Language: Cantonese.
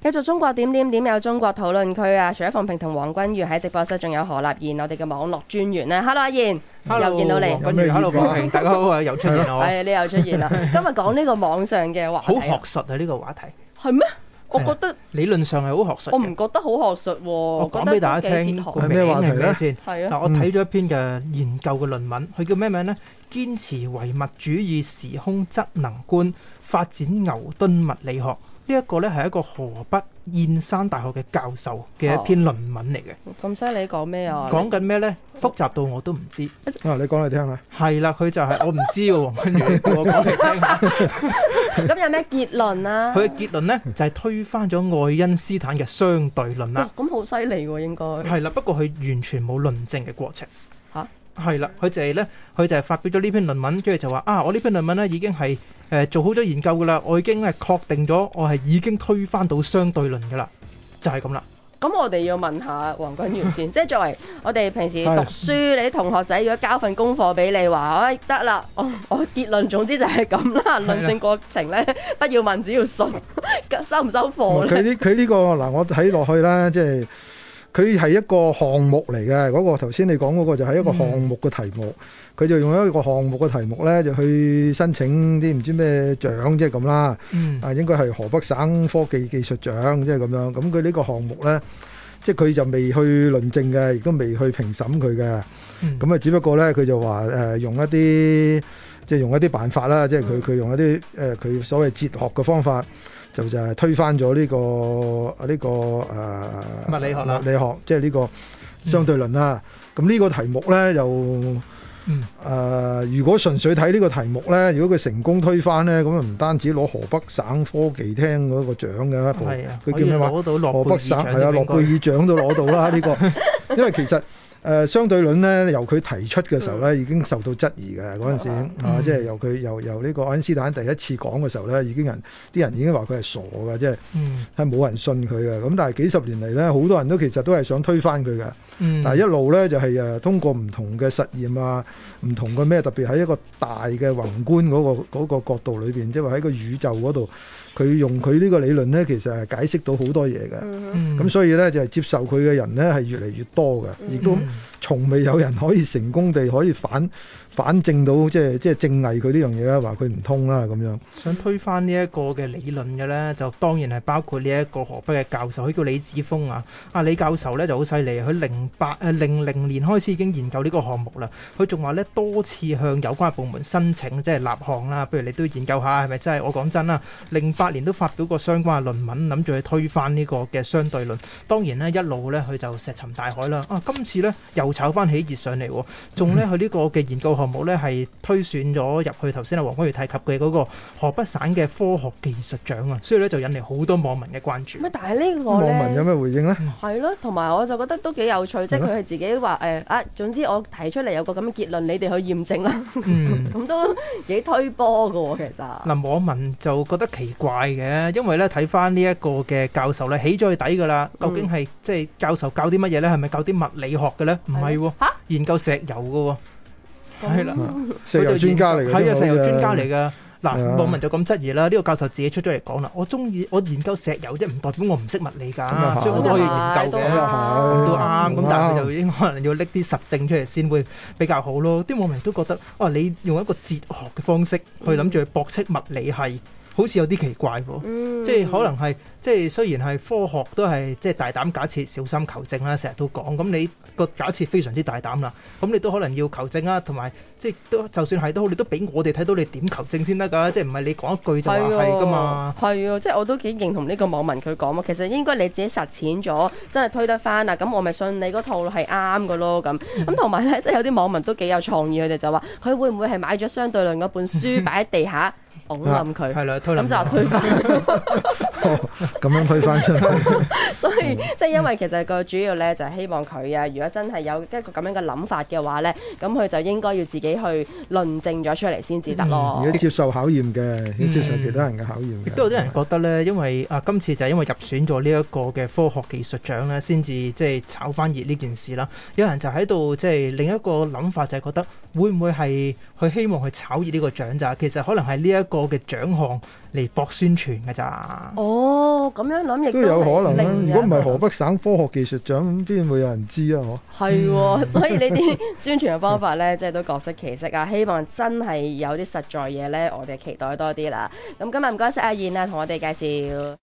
繼續中國點點點有中國討論區啊！除咗馮平同黃君如喺直播室，仲有何立燕，我哋嘅網絡專員咧。Hello，阿啊燕 Hello，又見到你，黃君如，Hello，黃平，大家好啊，又出現我，係你又出 現啦。今日講呢個網上嘅話好題嗯學啊，術啊呢個話題，係咩？我覺得理論上係好學術我唔嘅。覺得好學術喎，我我哦講俾大家聽個係係名咩話題係咩呢先？啊，嗱，我睇咗一篇嘅研究嘅論文，佢叫咩名呢？堅持唯物主義時空質能觀，發展牛頓物理學。呢一個呢係一個河北燕山大學嘅教授嘅一篇論文嚟嘅，咁犀利講咩啊？講緊咩呢？複雜到我都唔知。啊，你講嚟聽啦。係啦，佢就係、我唔知喎，黃君如，你叫 我講嚟聽下。咁有咩結論啊？佢嘅結論呢，就係、推翻咗愛因斯坦嘅相對論啦哇。咁好犀利喎，應該係啦，不過佢完全冇論證嘅過程。吓係啦，佢就係咧，佢就係發表咗呢篇論文，跟住就話啊，我呢篇論文咧已經係誒、呃做好咗研究噶啦，我已經係確定咗，我係已經推翻到相對論噶啦，就係咁啦。咁我哋要問下黃君如先，即係作為我哋平時係讀書，你同學仔如果交份功課俾你話，哎得啦，我我結論總之就係咁啦，論證過程咧 不要問，只要信， 收唔收貨佢哦咧？呢佢呢個嗱，我睇落去啦，即係佢係一個項目嚟嘅。嗰、個頭先你講嗰個就係一個項目嘅題目，佢、就用一個項目嘅題目咧，就去申請啲唔知咩獎，即係咁啦。嗯，啊，應該係河北省科技技術獎，即係咁樣。咁佢呢個項目咧，即係佢就未去論證嘅，亦都未去評審佢嘅。嗯咁啊，只不過咧，佢就話誒、呃用一啲即係用一啲辦法啦，即係佢嗯佢用一啲誒佢所謂哲學嘅方法，就就係推翻咗呢、個啊呢、個誒、呃物理學啦嗯物理學即係呢個相對論啦。咁呢、個題目咧又誒、嗯呃如果純粹睇呢個題目咧，如果佢成功推翻咧，咁啊唔單止攞河北省科技廳嗰個獎嘅，係啊，佢叫咩話可以？攞到諾河貝爾北省獎係啊，諾貝爾獎都攞到啦呢個， 因為其實誒、呃相對論咧，由佢提出嘅時候咧，已經受到質疑嘅嗰陣時啊，即係由佢由由呢個愛因斯坦第一次講嘅時候咧，已經人啲人已經話佢係傻嘅，即係嗯係冇人信佢嘅。咁但係幾十年嚟咧，好多人都其實都係想推翻佢嘅。嗯，但係一路咧就係、誒通過唔同嘅實驗啊，唔同嘅咩，特別喺一個大嘅宏觀嗰、個嗰個角度裏邊，即係話喺個宇宙嗰度，佢用佢呢個理論咧，其實係解釋到好多嘢嘅。嗯嗯咁所以咧就係接受佢嘅人咧係越嚟越多嘅，亦都嗯從未有人可以成功地可以反反證到即係即係正偽佢呢樣嘢啦，話佢唔通啦咁樣。想推翻呢一個嘅理論嘅咧，就當然係包括呢一個河北嘅教授，佢叫李子峰啊。啊，李教授咧就好犀利，佢零八誒零零年開始已經研究呢個項目啦。佢仲話咧多次向有關部門申請，即係立項啦。不如你都研究下係咪真係？我講真啦，零八年都發表過相關嘅論文，諗住去推翻呢個嘅相對論。當然咧，一路咧佢就石沉大海啦。啊，今次咧又炒翻起熱上嚟喎，仲咧佢呢個嘅研究項目咧係推選咗入去頭先阿黃君如提及嘅嗰個河北省嘅科學技術獎啊，所以咧就引嚟好多網民嘅關注。咁但係呢個網民咧。有咩回應咧？係咯，同埋我就覺得都幾有趣，即係係佢係自己話誒啊，總之我提出嚟有個咁嘅結論，你哋去驗證啦， 嗯。咁都幾推波嘅喎，其實。嗱，網民就覺得奇怪嘅，因為咧睇翻呢一個嘅教授咧，起咗佢底噶啦，嗯究竟係即係教授教啲乜嘢咧？係咪教啲物理學嘅咧？啊唔係喎，嚇研究石油嘅喎，係啦，石油專家嚟嘅，係啊，石油專家嘅。嚟嘅。係嗱，啊網民就咁質疑啦。呢個教授自己出咗嚟講啦，我中意我研究石油啫，唔代表我唔識物理㗎，係所以我都可以研究都嘅。啱都啱，咁但係佢啱就應該可能要拎啲實證出嚟先會比較好咯。啲網民都覺得，哇！你用一個哲學嘅方式去諗住去駁斥物理係，好似有啲奇怪喎。嗯即係可能係，即係雖然係科學都係即係大膽假設、小心求證啦，成日都講。咁你個假設非常之大膽啦，咁你都可能要求證啦，同埋即係都就算係都好，你都俾我哋睇到你點求證先得㗎，即係唔係你講一句就話係㗎嘛？係啊，即係我都幾認同呢個網民佢講啊。其實應該你自己實踐咗，真係推得翻啦。咁我咪信你嗰套係啱嘅咯。咁嗯咁同埋咧，即係有啲網民都幾有創意，佢哋就話佢會唔會係買咗相對論嗰本 書擺喺地下拱冧佢，啊係啦，推論咁就話推翻。 咁樣推翻出嚟， 所嗯以即係因為其實個主要咧就係希望佢啊，如果真係有一個咁樣嘅諗法嘅話咧，咁佢就應該要自己去論證咗出嚟先至得咯而。家接受考驗嘅，要接受其他人嘅考驗哦嗯亦嘅。都有啲人覺得咧，因為啊今次就係因為入選咗呢一個嘅科學技術獎咧，先至即係炒翻熱呢件事啦。有人就喺度即係另一個諗法，就係覺得會唔會係佢希望去炒熱呢個獎咋？其實可能係呢一個嘅獎項嚟博宣傳㗎咋。哦，咁樣諗亦都有可能啦。係如果唔另係一個河北省科學技術獎，咁邊會有人知啊？嗬？係喎， 所以呢啲宣傳嘅方法呢，即係都各適其適啊！希望真係有啲實在嘢呢，我哋期待多啲啦。咁今日唔該晒阿燕啊，同我哋介紹。